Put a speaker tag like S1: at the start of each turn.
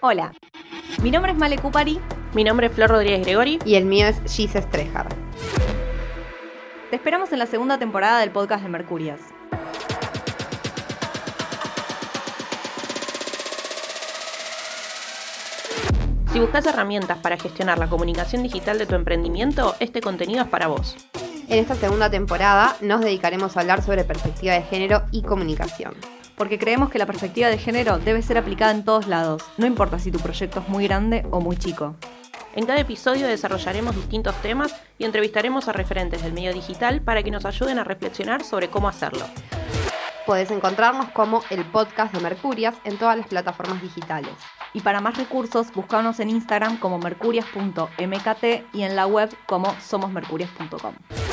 S1: Hola, mi nombre es Male Kupari
S2: Mi nombre es Flor Rodríguez Gregori.
S3: Y el mío es Gis Strejar.
S1: Te esperamos en la segunda temporada del podcast de Mercurias.
S2: Si buscas herramientas para gestionar la comunicación digital de tu emprendimiento, este contenido es para vos.
S3: En esta segunda temporada nos dedicaremos a hablar sobre perspectiva de género y comunicación.
S1: Porque creemos que la perspectiva de género debe ser aplicada en todos lados, no importa si tu proyecto es muy grande o muy chico.
S2: En cada episodio desarrollaremos distintos temas y entrevistaremos a referentes del medio digital para que nos ayuden a reflexionar sobre cómo hacerlo.
S3: Podés encontrarnos como el podcast de Mercurias en todas las plataformas digitales.
S1: Y para más recursos, buscanos en Instagram como mercurias.mkt y en la web como somosmercurias.com.